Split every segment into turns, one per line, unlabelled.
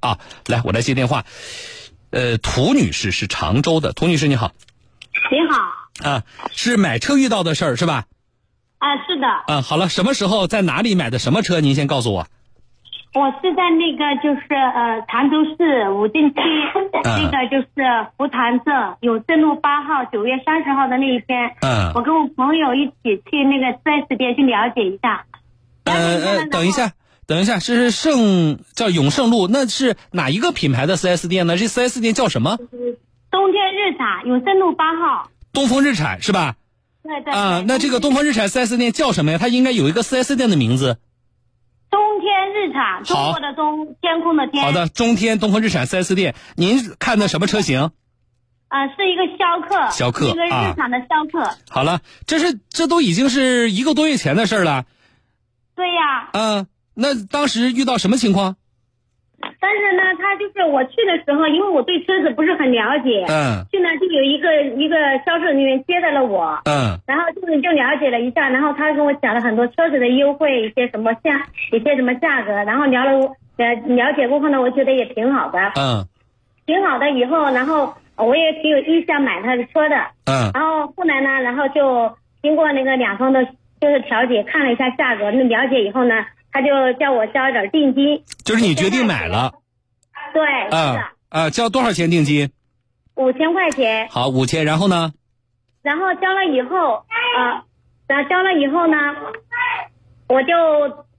啊。来，我来接电话。呃，涂女士是常州的，涂女士你好
你好，
啊，是买车遇到的事儿是吧？
啊，是的，
啊，好了，什么时候在哪里买的什么车？您先告诉我。
我是在那个就是呃常州市武进区、
啊
那个就是湖潭镇永正路八号，九月三十号的那一天，
嗯
我跟我朋友一起去那个四 S 店去了解一下。
呃呃，等一下，等一下，是盛叫永盛路，那是哪一个品牌的 4S 店呢？这 4S 店叫什么？
冬天日产永正路八号，
东风日产是吧？
对对
啊、
对
那这个东风日产 4S 店叫什么呀？它应该有一个 4S 店的名字。
冬天日产，中
好
国的中，天空的天，
好，的，中天东风日产 4S 店，您看的什么车型？
啊、是一个逍客，
逍客
一个
啊
日产的逍客，
好了，这是这都已经是一个多月前的事儿了。
对呀、
嗯、那当时遇到什么情况？
但是呢，他就是我去的时候，因为我对车子不是很了解，
嗯
去呢就有一个一个销售人员接待了我，
嗯
然后就是就了解了一下，然后他跟我讲了很多车子的优惠，一些什么价，一些什么价格，然后聊了呃了解过后呢，我觉得也挺好的，
嗯
挺好的。以后然后呃我也挺有意向买他的车的，
嗯
然后后来呢，然后就经过那个两方的，就是调解，看了一下价格，那了解以后呢，他就叫我交一点定金，
就是你决定买了。
对，是的。
嗯啊、交多少钱定金？
五千块钱，
好，五千。然后呢？
然后交了以后，啊，然后交了以后呢，我就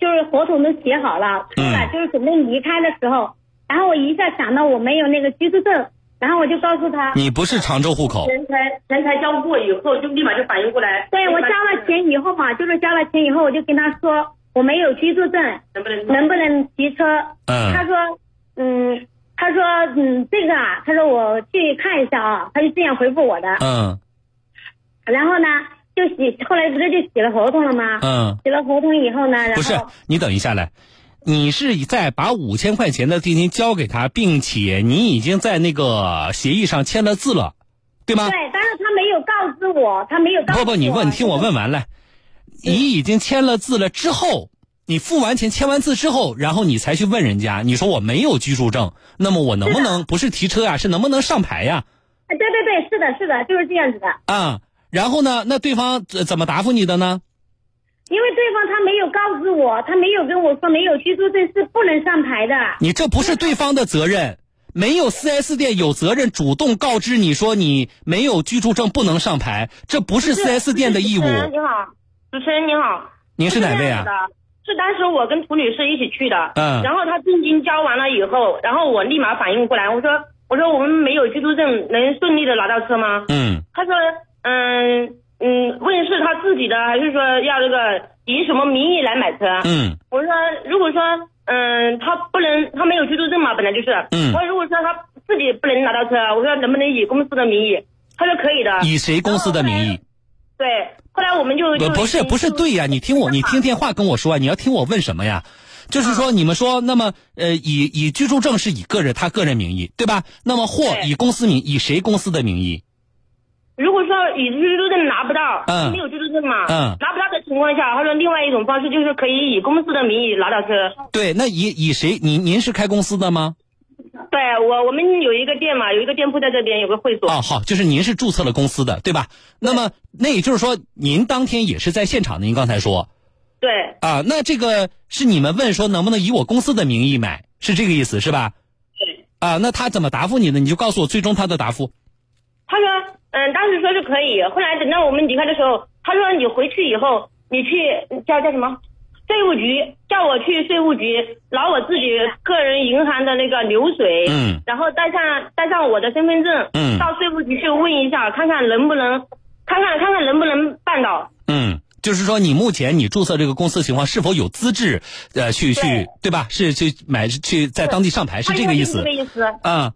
就是合同都写好了，
嗯
出来就是准备离开的时候，然后我一下想到我没有那个居住证，然后我就告诉他，
你不是常州户口。
钱财钱财交过以后，就立马就反应过来。
对我交了，钱以后嘛，就是交了钱以后，我就跟他说我没有居住证，
能不能
能不能骑车？
嗯
他说，嗯，他说，嗯，这个啊，他说我去看一下啊，他就这样回复我的，
嗯
然后呢，就写后来不是就写了合同了吗？
嗯，
写了合同以后呢，然后
不是，你等一下来。你是在把五千块钱的定金交给他，并且你已经在那个协议上签了字了，对吗？
对，但是他没有告知我，他没有告知
不
我。
啊不，你问，听我问完来。你已经签了字了之后，你付完钱、签完字之后，然后你才去问人家，你说我没有居住证，那么我能不能不是提车啊，是能不能上牌呀、
哎。对对对，是的，是的，就是这样子的。
啊？然后呢，那对方呃怎么答复你的呢？
因为对方他没有告知我，他没有跟我说没有居住证是不能上牌的。
你这不是对方的责任，没有 4S 店有责任主动告知你说你没有居住证不能上牌，这不是 4S 店的义务。
你好，主持人你好，
您是哪位啊
是这样子的？是当时我跟涂女士一起去的，
嗯
然后她定金交完了以后，然后我立马反应过来，我说我说我们没有居住证，能顺利的拿到车吗？
嗯
她说嗯嗯，问是她自己的还是说要这个以什么名义来买车？啊
嗯
我说，如果说，嗯，他不能，他没有居住证嘛，本来就是。
嗯
我说，如果说他自己不能拿到车，我说能不能以公司的名义？他说可以的。
以谁公司的名义？
对。后来我们就
不
就
不是不是对呀，你听我，你听电话跟我说啊，你要听我问什么呀？就是说，你们说，那么，呃，以以居住证是以个人他个人名义，对吧？那么或
对
以公司名，以谁公司的名义？
如果说以居住证拿不到，
嗯
没有居住证嘛，
嗯
拿不到的情况下，他说另外一种方式就是可以以公司的名义拿到车。
对，那以以谁？您您是开公司的吗？
对我，我们有一个店嘛，有一个店铺在这边，有个会所。
哦，好，就是您是注册了公司的，对吧？那么，那也就是说，您当天也是在现场的。您刚才说
对
啊，那这个是你们问说能不能以我公司的名义买，是这个意思是吧？
对。
啊，那他怎么答复你的？你就告诉我最终他的答复。
他说，嗯，当时说是可以，后来等到我们离开的时候，他说你回去以后，你去嗯叫叫什么？税务局叫我去税务局拿我自己个人银行的那个流水，
嗯
然后带上带上我的身份证，
嗯
到税务局去问一下，看看能不能，看看看看能不能办到。
嗯，就是说你目前你注册这个公司的情况是否有资质，呃，去去对吧？是去买去在当地上牌是这个意
他
思
说是这个意思。
啊、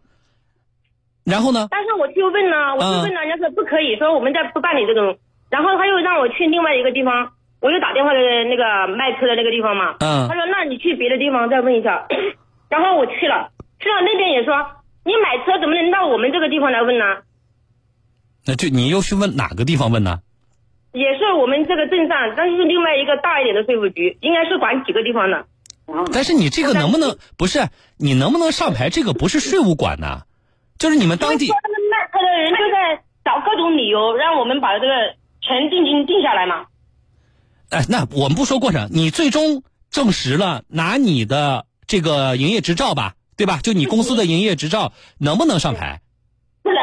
然后呢？
但是我去问呢，
嗯
我去问呢，人家说不可以，说我们在不办理这种，然后他又让我去另外一个地方，我又打电话给那个卖车的那个地方嘛，
嗯
他说那你去别的地方再问一下， 然后我去了，去了那边也说你买车怎么能到我们这个地方来问呢？
那就你又去问哪个地方问呢？
嗯也是我们这个镇上，但是另外一个大一点的税务局，应该是管几个地方的，
然后呢
但是你这个能不能不是你能不能上牌？这个不是税务管呐、就是你们当地
说他们卖车的人就在找各种理由让我们把这个全定金定下来嘛。
哎，那我们不说过程，你最终证实了拿你的这个营业执照吧，对吧？就你公司的营业执照能不能上牌？
不能，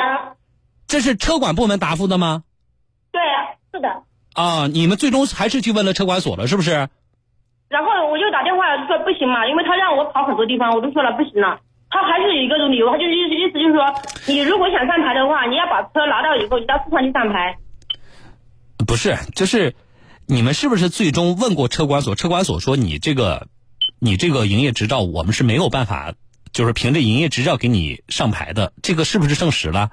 这是车管部门答复的吗？
对啊。
是的，
啊，你们最终还是去问了车管所了，是不是？
然后我就打电话就说不行嘛，因为他让我跑很多地方，我都说了不行了。他还是以各种理由，他就是意思意思就是说，你如果想上牌的话，你要把车拿到以后，你到四川去上牌。
不是，就是你们是不是最终问过车管所？车管所说你这个你这个营业执照我们是没有办法，就是凭着营业执照给你上牌的，这个是不是证实了？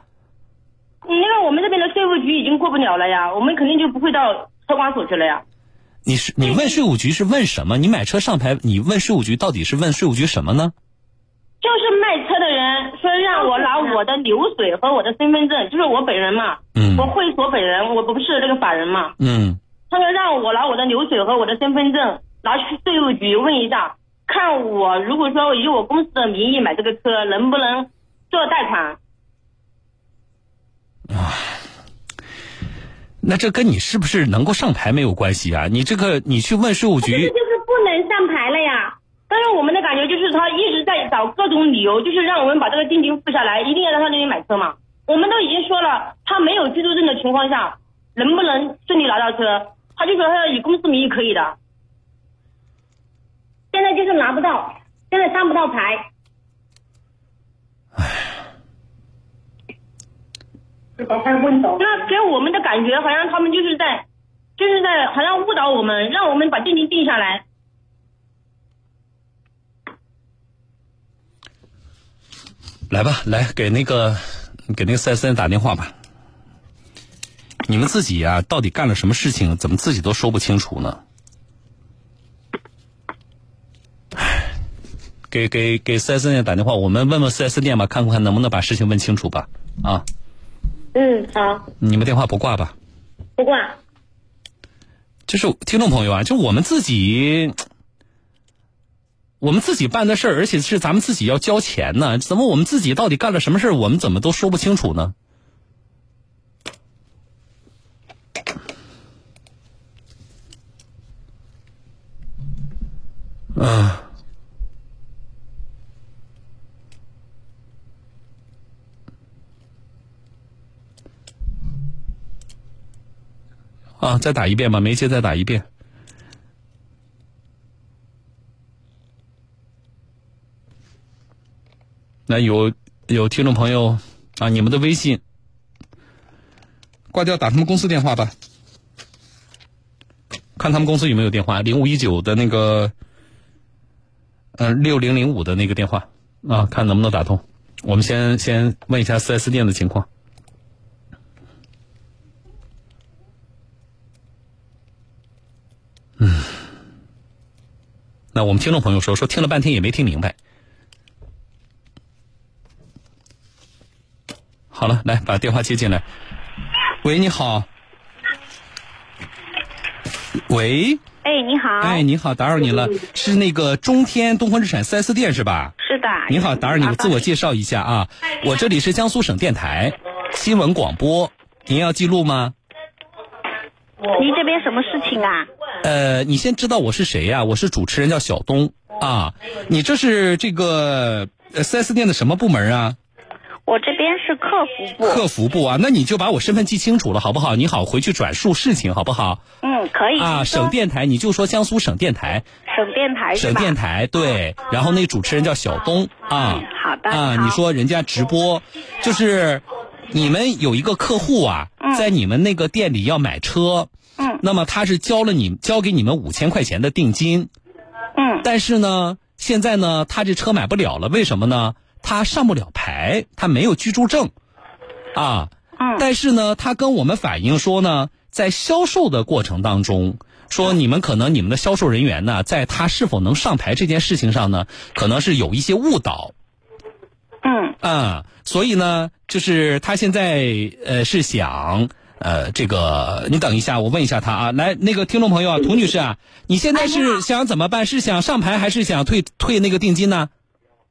因为我们这边的税务局已经过不了了呀，我们肯定就不会到车管所去了呀。
你是你问税务局是问什么？你买车上牌，你问税务局到底是问税务局什么呢？
就是卖车的人说让我拿我的流水和我的身份证，就是我本人嘛，
嗯
我会所本人，我不是那个法人嘛。
嗯，
他说让我拿我的流水和我的身份证拿去税务局问一下，看我如果说以我公司的名义买这个车，能不能做贷款？
那这跟你是不是能够上牌没有关系啊？你这个你去问税务
这
局，
就是不能上牌了呀。
但是我们的感觉就是他一直在找各种理由，就是让我们把这个定金付下来，一定要让他那边买车嘛。我们都已经说了，他没有居住证的情况下，能不能顺利拿到车？他就说他要以公司名义可以的。
现在就是拿不到，现在上不到牌。
那给我们的感觉好像他们就是在，就是在好像误导我们，让我们把定金定下来。
来吧，来给那个给那个四 S 店打电话吧。你们自己啊，到底干了什么事情？怎么自己都说不清楚呢？唉给给给四 S 店打电话，我们问问四 S 店吧，看看能不能把事情问清楚吧。啊，
嗯，好，
你们电话不挂吧？
不挂。
就是听众朋友啊，就我们自己，我们自己办的事儿，而且是咱们自己要交钱呢。怎么我们自己到底干了什么事儿，我们怎么都说不清楚呢？啊，再打一遍吧，没接，再打一遍。那有有听众朋友啊，你们的微信挂掉，打他们公司电话吧，看他们公司有没有电话，零五一九的那个，嗯，六零零五的那个电话啊，看能不能打通。我们先先问一下四 S 店的情况。那我们听众朋友说，说听了半天也没听明白。好了，来把电话接进来。喂，你好。喂，
哎，你
啊
好，
哎，你好，打扰您了，是那个中天东风日产 4S 店是吧？
是的，啊
你好，打扰你，
麻
我
烦
自我介绍一下啊，我这里是江苏省电台新闻广播，您要记录吗？
您这边什么事情啊？
呃，你先知道我是谁呀、我是主持人，叫小东啊。你这是这个呃四 S 店的什么部门啊？
我这边是客服部，
客服部啊？那你就把我身份记清楚了，好不好？你好，回去转述事情，好不好？
嗯，可以
啊，
您说
省电台，你就说江苏省电台，
省电台是
省
吧？
电台对。然后那主持人叫小东啊
嗯，好的好
啊，你说人家直播，就是你们有一个客户啊，在你们那个店里要买车，
嗯，
那么他是交了你交给你们五千块钱的定金，
嗯，
但是呢，现在呢，他这车买不了了，为什么呢？他上不了牌，他没有居住证，啊，
嗯
但是呢，他跟我们反映说呢，在销售的过程当中，说
嗯
你们可能你们的销售人员呢，在他是否能上牌这件事情上呢，可能是有一些误导，
嗯
嗯啊、所以呢，就是他现在呃是想呃，这个你等一下，我问一下他啊。来，那个听众朋友啊，涂女士啊，你现在是想怎么办？是想上牌还是想退退那个定金呢？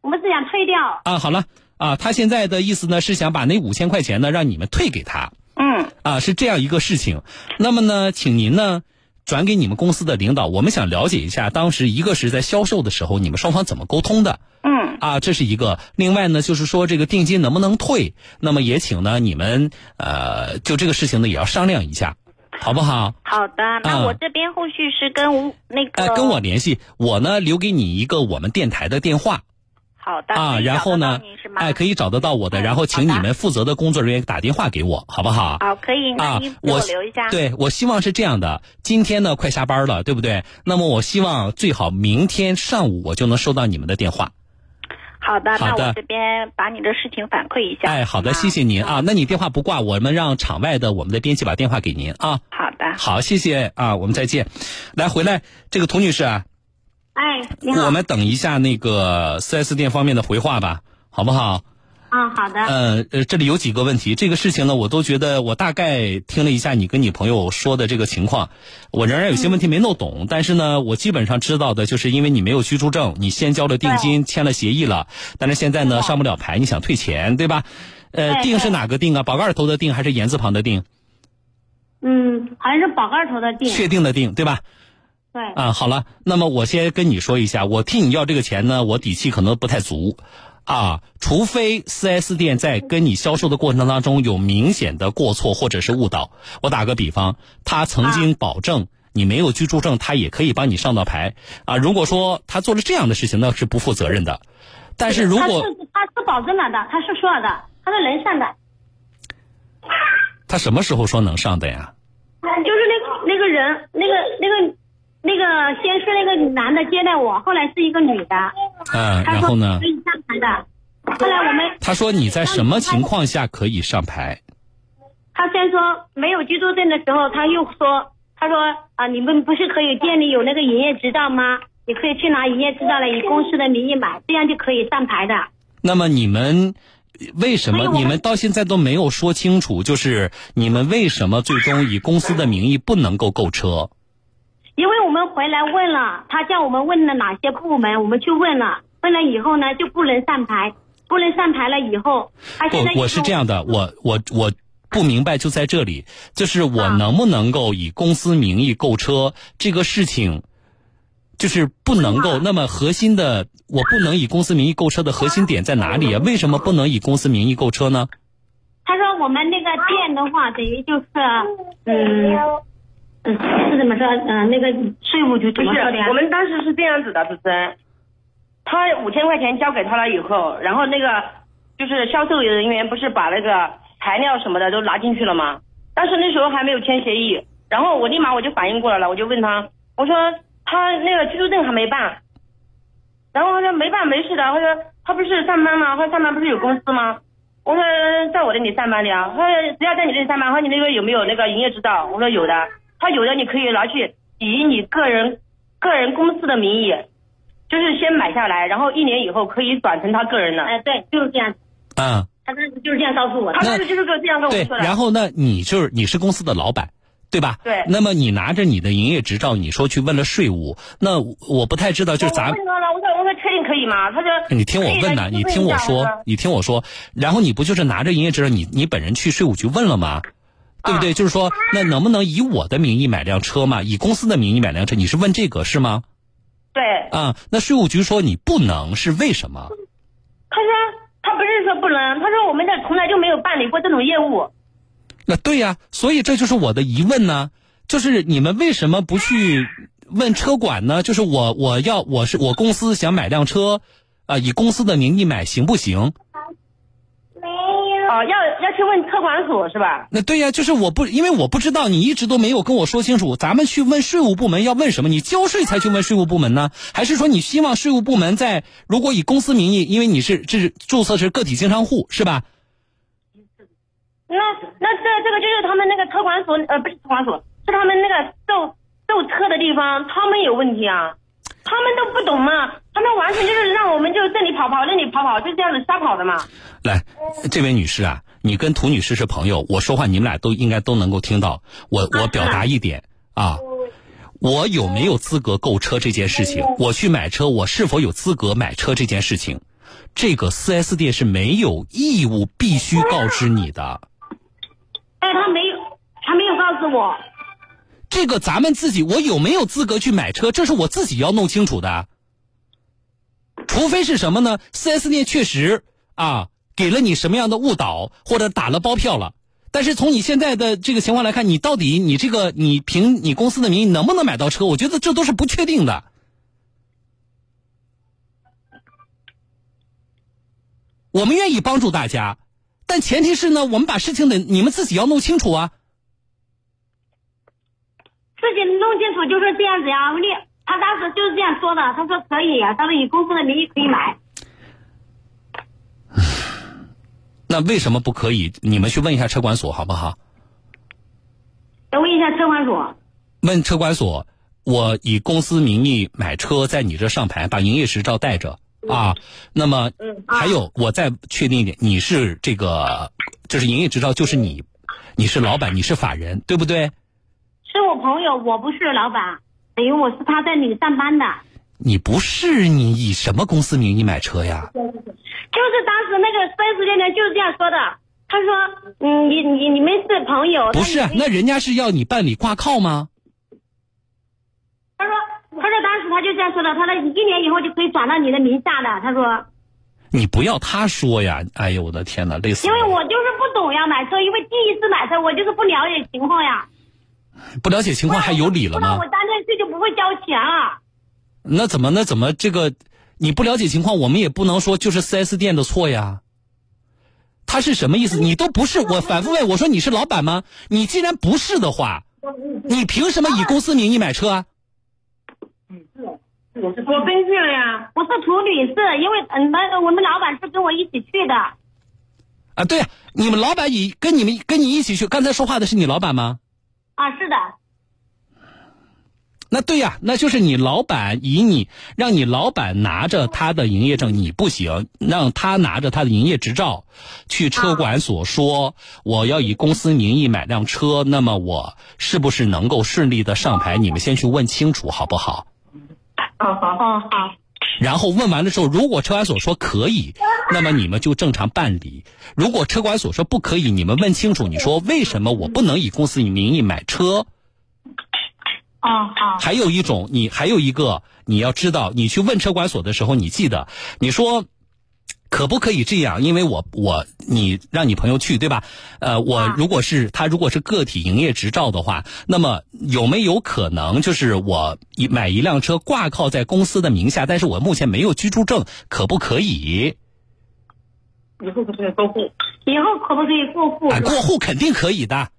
我们是想退掉，
啊，好了啊，他现在的意思呢是想把那五千块钱呢让你们退给他
嗯，
啊，是这样一个事情。那么呢，请您呢转给你们公司的领导，我们想了解一下，当时一个是在销售的时候你们双方怎么沟通的，
嗯，
啊，这是一个。另外呢，就是说这个定金能不能退，那么也请呢你们呃就这个事情呢也要商量一下，好不好？
好的，那
嗯
我这边后续是跟吴那个、
呃，跟我联系，我呢留给你一个我们电台的电话，
好的
啊，
可以
然
找
后
得
呢
到你是，吗
哎，可以找得到我的，
嗯
然后请你
好的
们负责的工作人员打电话给我，好不好？
好，可以，那
啊
你，给
我
我留一下，，
对我希望是这样的，今天呢快下班了，对不对？那么我希望最好明天上午我就能收到你们的电话。
好的，
好
那
的
我这边把你的事情反馈一下，
哎，好的，谢谢您
嗯
啊。那你电话不挂，我们让场外的我们的编辑把电话给您啊。
好的，
好，谢谢啊，我们再见。来，回来，这个涂女士啊，
哎，你好
我，们等一下那个 4S 店方面的回话吧，好不好？
啊，好的，
呃呃，这里有几个问题，这个事情呢，我都觉得我大概听了一下你跟你朋友说的这个情况，我仍然有些问题没弄
嗯
懂，但是呢，我基本上知道的就是因为你没有居住证，你先交了定金，签了协议了，但是现在呢上不了牌，你想退钱，对吧？呃，
对
定是
对
哪个定啊？宝盖儿头的定还是言字旁的定？
嗯，好像是宝盖头的定，
确定的定，对吧？
对，
啊，好了，那么我先跟你说一下，我替你要这个钱呢，我底气可能不太足，啊，除非 4S 店在跟你销售的过程当中有明显的过错或者是误导。我打个比方，他曾
啊
经保证你没有居住证，他也可以帮你上到牌啊。如果说他做了这样的事情，那是不负责任的。但是如
他
果
是他是保证了的，他是说了的，他是能上的，
他什么时候说能上的呀？
就是那那个人，那个那个那个先是那个男的接待我，后来是一个女的，
嗯，
他
然后
说
呢
可，以上台的，后来我们
他说你在什么情况下可以上牌？
他先说没有居住证的时候，他又说，他说啊，你们不是可以店里有那个营业执照吗？你可以去拿营业执照来以公司的名义买，这样就可以上牌的。
那么你们为什
没有
么
哎我们
你们到现在都没有说清楚？就是你们为什么最终以公司的名义不能够购车？
因为我们回来问了，他叫我们问了哪些部门，我们去问了，问了以后呢就不能上牌，不能上牌了以后，他现在
不，我
就是
这样的，我我我不明白就在这里，就是我能不能够以公司名义购车这个事情，就是不能够。那么核心的，我不能以公司名义购车的核心点在哪里啊？为什么不能以公司名义购车呢？
他说我们那个店的话，等于就是，嗯，嗯是怎么说？嗯、那个税务局
不
怎么
是
说的呀，
我？们当时是这样子的，主持人，他五千块钱交给他了以后，然后那个就是销售人员不是把那个材料什么的都拿进去了吗？但是那时候还没有签协议，然后我立马我就反应过来了，我就问他，我说他那个居住证还没办，然后他说没办没事的，他说他不是上班吗？他上班不是有公司吗？我说在我这里上班的呀。他说只要在你这里上班，他说你那个有没有那个营业执照？我说有的。他有的你可以拿去以你个人个人公司的名义，就是先买下来，然后一年以后可以转成他个人的。
哎、对，就是这样，
啊、
他当时就是这样告诉我的
他。当时就是跟这样跟我
对，
说的。
然后呢，你就是你是公司的老板，对吧？
对
那么你拿着你的营业执照，你说去问了税务，那我我不太知道，就是咱
我问他了，我说我说确定可以吗？他说
你听我问呐，
可以
你
啊
听我
可以这
说
样，
你听我说，然后你不就是拿着营业执照，你你本人去税务局问了吗？对
啊
不对？就是说，那能不能以我的名义买辆车嘛？以公司的名义买辆车，你是问这个是吗？
对，
啊，那税务局说你不能，是为什么？
他说他不是说不能，他说我们这从来就没有办理过这种业务。
那对呀、所以这就是我的疑问呢、就是你们为什么不去问车管呢？就是我我要我是我公司想买辆车，啊、以公司的名义买行不行？
哦、要要去问车管所是吧？
那对呀、就是我不因为我不知道，你一直都没有跟我说清楚，咱们去问税务部门要问什么？你交税才去问税务部门呢？还是说你希望税务部门在如果以公司名义，因为你是这是注册是个体经商户是吧？
那那这这个就是他们那个车管所，呃，不是车管所，是他们那个售售车的地方，他们有问题啊，他们都不懂嘛，他们完全就是让我们就这里跑跑，那里跑跑，就这样子瞎跑的嘛。
来，这位女士啊，你跟涂女士是朋友，我说话你们俩都应该都能够听到。我我表达一点啊，我有没有资格购车这件事情，我去买车，我是否有资格买车这件事情，这个 4S 店是没有义务必须告知你的。
哎，他没有，他没有告诉我。
这个咱们自己，我有没有资格去买车，这是我自己要弄清楚的。除非是什么呢？4S 店确实啊，给了你什么样的误导，或者打了包票了。但是从你现在的这个情况来看，你到底你这个你凭你公司的名义能不能买到车？我觉得这都是不确定的。我们愿意帮助大家，但前提是呢，我们把事情得你们自己要弄清楚啊。
自己弄清楚就是这样子呀。另他当时就是这样说的，他说可以，他说以公司的名义可以买。
那为什么不可以？你们去问一下车管所好不好？
我问一下车管所，
问车管所，我以公司名义买车，在你这上牌，把营业执照带着
嗯
啊。那么，
啊
还有我再确定一点，你是这个，就是营业执照，就是你，你是老板，你是法人，对不对？
是我朋友，我不是老板，等于我是他在里上班的。
你不是你以什么公司名义买车
嗯
呀？
就是当时那个三十店员就是这样说的，他说，嗯，你你你们是朋友，
不是
他
啊，那人家是要你办理挂靠吗？
他说他说当时他就这样说的，他说一年以后就可以转到你的名下的，他说，
你不要他说呀！哎呦，我的天哪，累死
因
我
为
了！
我就是不懂呀，买车，因为第一次买车，我就是不了解情况呀，
不了解情况还有理了
不然
吗
我？当天去就不会交钱啊了。
那怎么那怎么这个你不了解情况，我们也不能说就是四 S 店的错呀。他是什么意思？你都不是我反复问我说你是老板吗？你既然不是的话，你凭什么以公司名义买车啊？
我跟去了呀，
我是处女是因为嗯，那我们老板是跟我一起去的，
啊，对呀、你们老板以跟你们跟你一起去，刚才说话的是你老板吗？
啊，是的，
那对呀、那就是你老板以你让你老板拿着他的营业证，你不行，让他拿着他的营业执照，去车管所说我要以公司名义买辆车，那么我是不是能够顺利的上牌？你们先去问清楚好不好？
好好好，
哦好，
然后问完了之后，如果车管所说可以，那么你们就正常办理；如果车管所说不可以，你们问清楚，你说为什么我不能以公司名义买车？
哦好。
还有一种，你还有一个，你要知道，你去问车管所的时候，你记得，你说可不可以这样？因为我我你让你朋友去对吧？呃，我如果是他如果是个体营业执照的话，那么有没有可能就是我一买一辆车挂靠在公司的名下，但是我目前没有居住证，可不可以？
以后可是都户。
以后可不可以过户？
哎，过户肯定可以的，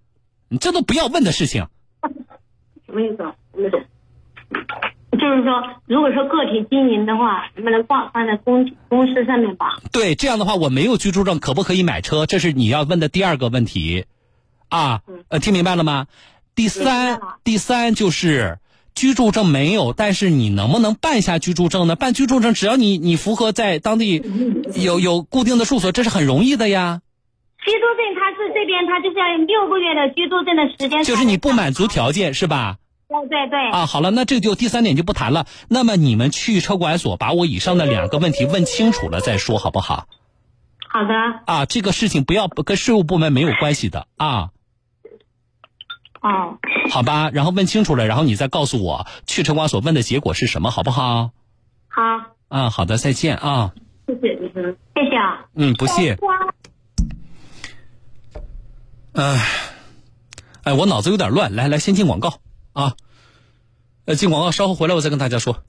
你这都不要问的事情。
什么意思啊？我没懂。
就是说，如果说个体经营的话，能不能挂放在公公司上面吧？
对，这样的话我没有居住证，可不可以买车？这是你要问的第二个问题，啊，呃，听明白了吗？第
嗯明白
三
了，
第三就是居住证没有，但是你能不能办下居住证呢？办居住证，只要你你符合在当地
嗯
有有固定的住所，这是很容易的呀。
居住证它是这边，它就是要有六个月的居住证的时间。
就是你不满足条件是吧？
对对对，
啊，好了，那这就第三点就不谈了。那么你们去车管所把我以上的两个问题问清楚了再说，好不好？
好的，
啊，这个事情不要跟税务部门没有关系的啊。
哦，
好吧，然后问清楚了，然后你再告诉我去城管所问的结果是什么，好不好？
好，
啊，好的，再见啊。
谢谢，嗯，谢谢啊。
嗯，不谢。哎，哎，我脑子有点乱，来来，先进广告啊。呃，进广告，稍后回来我再跟大家说。